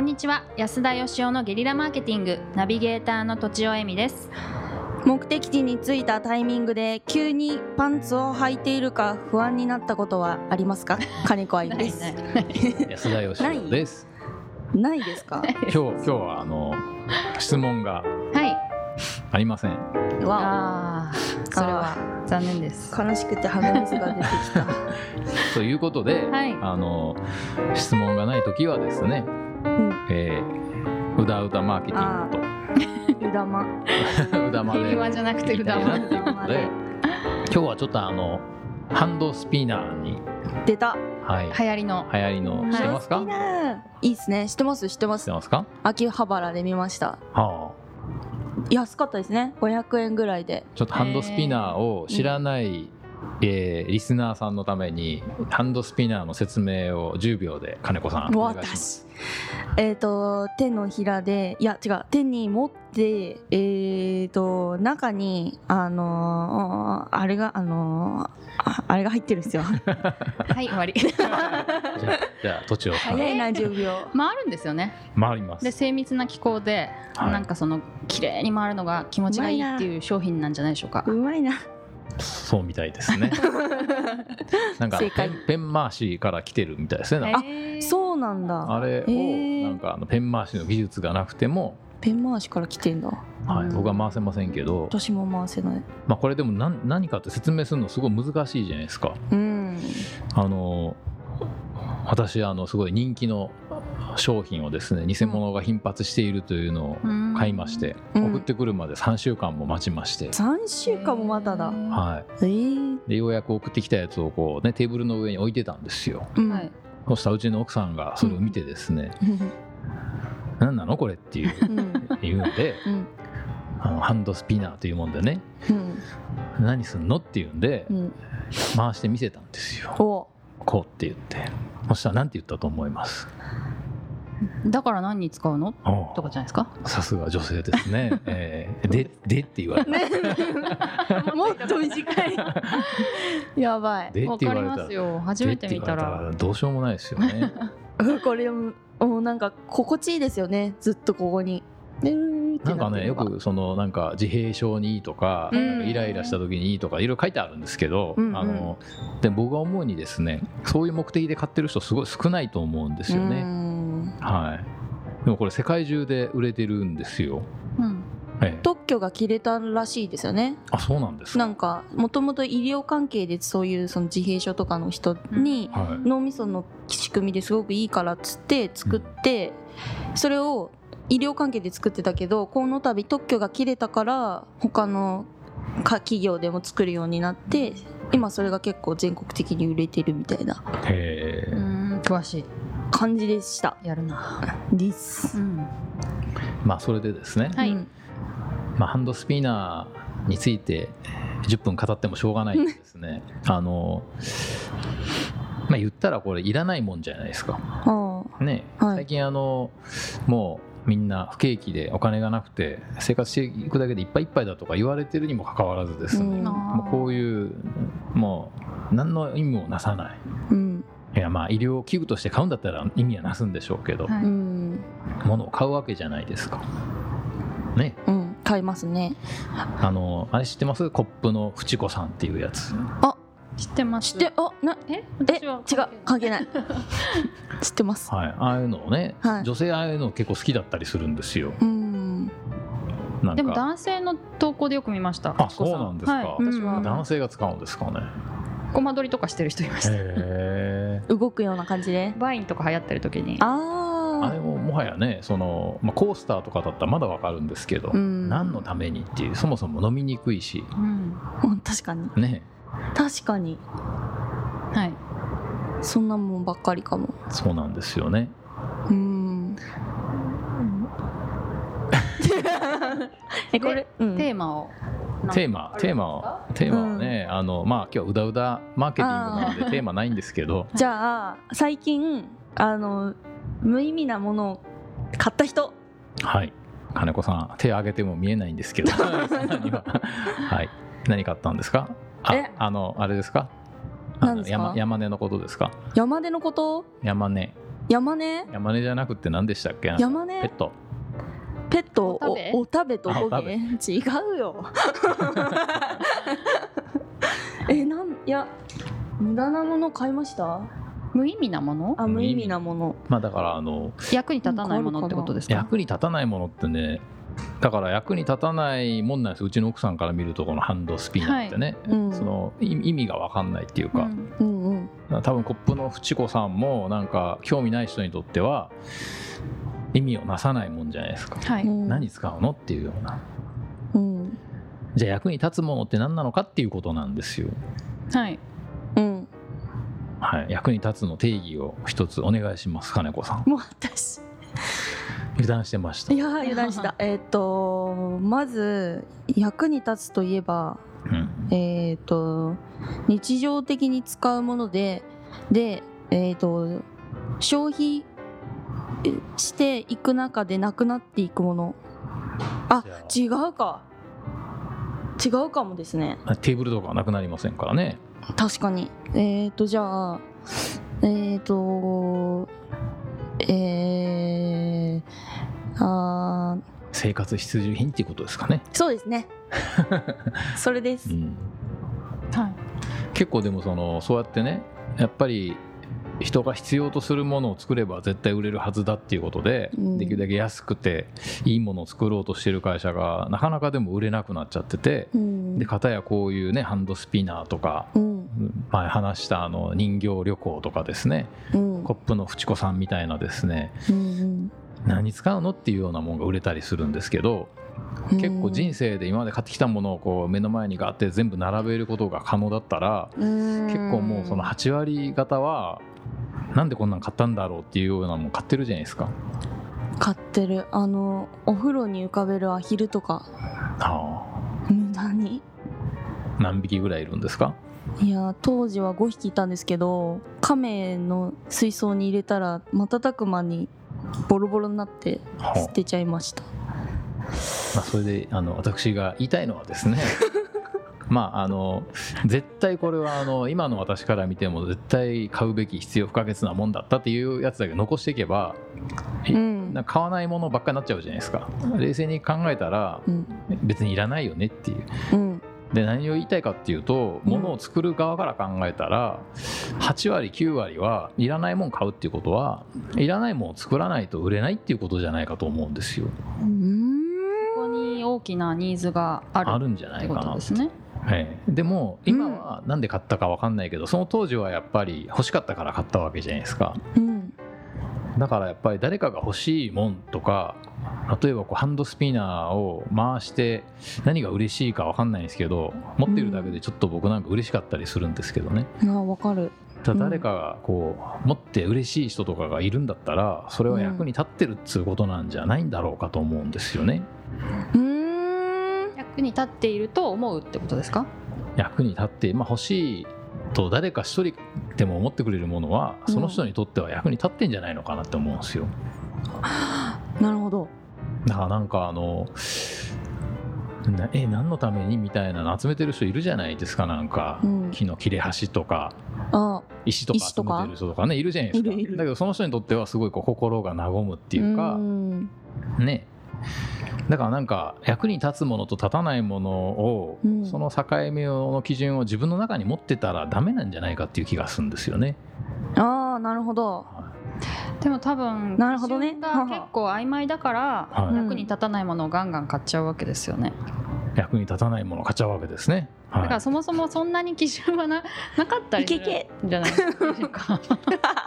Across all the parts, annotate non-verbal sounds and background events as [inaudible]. にちは安田義生のゲリラマーケティングナビゲーターの土地尾恵美です目的地に着いたタイミングで急にパンツを履いているか不安になったことはあります [laughs] か金子愛なでいすない安田義生です。ないですか今日今日はあの質問がはいありません。わあーそれは残念ですお悲しくて鼻水が出てきた [laughs] ということで、はいあの質問がないときはですね、んえーうだうだマーケティングうだまとうだまで指輪じゃなくていきうただいまなっていうことで、今日はちょっとあのハンドスピナーに出たはい、流行りの流行りのしてますか？好きないいですね知ってます知ってましすてますか？秋葉原で見ましたはあ。安かったですね500円ぐらいでちょっとハンドスピナーを知らない、えーリスナーさんのためにハンドスピナーの説明を10秒で金子さんお願いします。私えっ、と手のひらでいや違う手に持ってえっ、と中にあのーあれがあのーああれが入ってるんですよはい終わり [laughs] じゃあじゃあ土地を [laughs] 早いな10秒回るんですよね回ります。で精密な機構で、はいなんかその綺麗に回るのが気持ちがいいっていう商品なんじゃないでしょうかうまいなそうみたいですね。なんか正ペ解ンペン回しから来てるみたいですね。なんかあそうなんだあれへをーなんかあのペン回しの技術がなくても、ペン回しから来てんだはい、うん僕は回せませんけど、私も回せないまあこれでも何何かって説明するのすごい難しいじゃないですか。うんあの私あのすごい人気の商品をですね偽物が頻発しているというのをうん買いまして、うん送ってくるまで3週間も待ちまして、 3週間もまだだはえー、い、でようやく送ってきたやつをこう、ね、テーブルの上に置いてたんですようんはい、そしたらうちの奥さんがそれを見てですね「何なのこれ」っていううんうん言うんで [laughs] うんあのハンドスピナーというもんでねうん「何すんの?」って言うんでうん回して見せたんですよおこうって言ってそしたら何て言ったと思いますだから何に使うのおうとかじゃないですかさすが女性ですね。えーで、でって言われ [laughs] た。もっと短い [laughs] やばいでってわ言かわりれたまら。すよ初でめってて見言たわれたららどうしようもないです [laughs] よね。うん [laughs] これもうなんか心地いいですよねずっとここにでーってなんかってねるよのがくそのなんか自閉症にいいとか,、うんイライラした時にいいとかいろいろ書いてあるんですけど、うんうんあので僕が思うにですねそういう目的で買ってる人すごい少ないと思うんですようーね。んはい。でもこれ世界中で売れてるんですよ。うんええ特許が切れたらしいですよねあそうなんですか。なんかもともと医療関係でそういうその自閉症とかの人には。脳みその仕組みですごくいいからっつって作ってそれを医療関係で作ってたけどこの度特許が切れたから他のか企業でも作るようになって今それが結構全国的に売れてるみたいないへうえ。ん詳し感じでしたいやるな、ですうん、まあそれでですね。はい、うんまあ、ハンドスピナーについて10分語ってもしょうがないんでですねあの、まあ、言ったらこれいらないもんじゃないですか、あねはい最近あのもうみんな不景気でお金がなくて生活していくだけでいっぱいいっぱいだとか言われてるにもかかわらずですね、うんもうこういういうもう何の意味もなさない。あうんいやまあ医療器具として買うんだったら意味はなすんでしょうけど、はういん物を買うわけじゃないですか。ね、うん買いますねあのあれ知ってますコップのフチコさんっていうやつ。知ってます知ってあなええ私違うは関係ない関係ない知ってますはい、ああいうのをね、はい女性ああいうの結構好きだったりするんですよ。うんなんでもか男性の投稿でよく見ましたあそうなんですかはい、私うんは男性が使うんですかね。コマ撮りとかしてる人いましたへえ。動くような感じでバインとか流行ってる時にああれももはやねその、まあ、コースターとかだったらまだわかるんですけど、あうん何のためにっていうそもそも飲みにくいしうんうん確かにね確かにはいそんなもんばっかりかもそうなんですよね。うん [laughs] えこれ、うん、テーマをテーマテーマはテーマはね、あのまあ今日うだうだマーケティングなのでテーマないんですけどじゃあ最近あの無意味なものを買った [laughs] 人はい金子さん手挙げても見えないんですけど [laughs] そんなにははい何買ったんですかあえあのあれですかあの何ですか山山根のことですか山根のこと山根山根山根じゃなくて何でしたっけなんか山ペ根ットペットお食おべお食べとあボお食ゲべ違うよ [laughs] えなんいや無駄なもの買いました無意味なものあ無意味なものまあだからあの役に立たないものってことですか役に立たないものってねだから役に立たないもんなんですうちの奥さんから見るとこのハンドスピナーってね、うんそのい意味が分かんないっていうか、うんうんうん多分コップのフチ子さんもなんか興味ない人にとっては意味をなさないもんじゃないですか、はうい、ん何使うのっていうようなうんじゃあ役に立つものって何なのかっていうことなんですよ、はい、うんはい、役に立つの定義を一つお願いします金子さんもう私油断してましたいやー油断した [laughs] えーっとまず役に立つといえばうんえーっと日常的に使うものででえーっと消費えしていく中でなくなっていくものあじゃあ違うか違うかもですねテーブルとかはなくなりませんからね確かにえーっとじゃあえーっとえー、あー生活必需品っていうことですかね、そうです [laughs] ねそれですうん、はい、結構でもそのそうやってねやっぱり人が必要とするものを作れば絶対売れるはずだっていうことで、うんできるだけ安くていいものを作ろうとしてる会社がなかなかでも売れなくなっちゃってて、うんで片やこういうねハンドスピナーとかうん前話したあの人形旅行とかですねうんコップのフチ子さんみたいなですねうん何使うのっていうようなものが売れたりするんですけどうん結構人生で今まで買ってきたものをこう目の前にガーって全部並べることが可能だったらうん結構もうその8割方はなんでこんなん買ったんだろうっていうようなもん買ってるじゃないですか。買ってるあのお風呂に浮かべるアヒルとかあ無駄にあ何匹ぐらいいるんですかいや当時は5匹いたんですけど亀の水槽に入れたら瞬く間にボロボロになってはあ捨てちゃいましたまあ、それであの私が言いたいのはですねまああの絶対これはあの今の私から見ても絶対買うべき必要不可欠なもんだったっていうやつだけ残していけばえうんなんか買わないものばっかになっちゃうじゃないですか冷静に考えたらうん別にいらないよねっていううんで何を言いたいかっていうとうん物を作る側から考えたら8割9割はいらないもん買うっていうことはいらないもんを作らないと売れないっていうことじゃないかと思うんですようーんここに大きなニーズがあるあるんじゃなっていこかとなですね。ええでも今はなんで買ったかわかんないけど、その当時はやっぱり欲しかったから買ったわけじゃないですかうんだからやっぱり誰かが欲しいもんとか例えばこうハンドスピナーを回して何が嬉しいかわかんないんですけど持ってるだけでちょっと僕なんか嬉しかったりするんですけどね、あわかるたうんだ誰かがこう持って嬉しい人とかがいるんだったらそれは役に立ってるっつうことなんじゃないんだろうかと思うんですよね。うーん役に立っていると思うってことですか？役に立って、まあ、欲しいと誰か一人でも思ってくれるものはうんその人にとっては役に立ってんじゃないのかなって思うんですよ。なるほどだからなんかあのなえ何のためにみたいなの集めてる人いるじゃないですかなんかうん木の切れ端とかあ石とか石集とかめてる人とかねいるじゃないですかいるいるだけどその人にとってはすごいこう心が和むっていうか、んねだからなんか役に立つものと立たないものを、うんその境目の基準を自分の中に持ってたらダメなんじゃないかっていう気がするんですよね。ああなるほどでも多分なるほどね基準が結構曖昧だから、はいうん役に立たないものをガンガン買っちゃうわけですよね。役に立たないものを買っちゃうわけですね。だからはそもそもそんなに基準はななかったりするいけいんじゃないですか。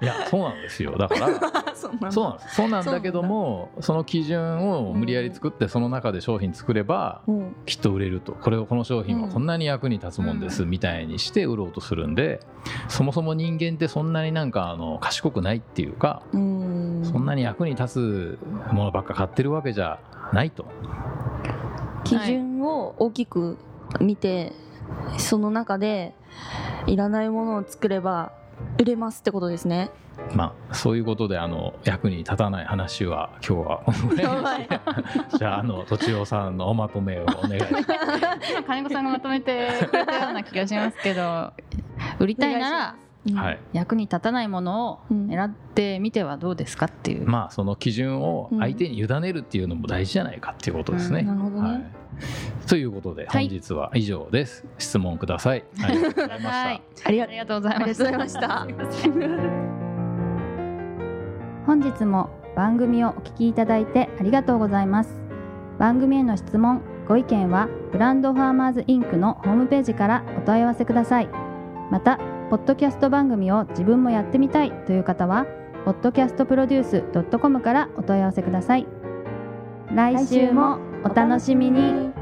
い、いやそうなんですよだから [laughs] [laughs] そうなんそうなんですそうなんだけどもその基準を無理やり作ってその中で商品作ればうんきっと売れるとこれをこの商品はこんなに役に立つもんですみたいにして売ろうとするんでそもそも人間ってそんなになんかあの賢くないっていうかうーんそんなに役に立つものばっか買ってるわけじゃないと。基準を大きく見て、その中でいらないものを作れば売れますってことですね。 [laughs] まあそういうことであの役に立たない話は今日は [laughs] このぐらいにしてじゃああのとちおさんのおまとめをお願いし [laughs] ます。 [laughs] [laughs] 今金子さんがまとめてくれたような気がしますけど売りたいならうんはい、役に立たないものを狙ってみてはどうですかっていう、まあその基準を相手に委ねるっていうのも大事じゃないかっていうことですねな。るほどね、はい、ということではい本日は以上です、質問ください。ありがとうございましはたい。ありあがりがとうございありまがしとうございたました。本日も番組をお聞きいただいてありがとうございます番組への質問ご意見はブランドファーマーズインクのホームページからお問い合わせくださいまたポッドキャスト番組を自分もやってみたいという方は podcastproduce.com からお問い合わせください来週もお楽しみに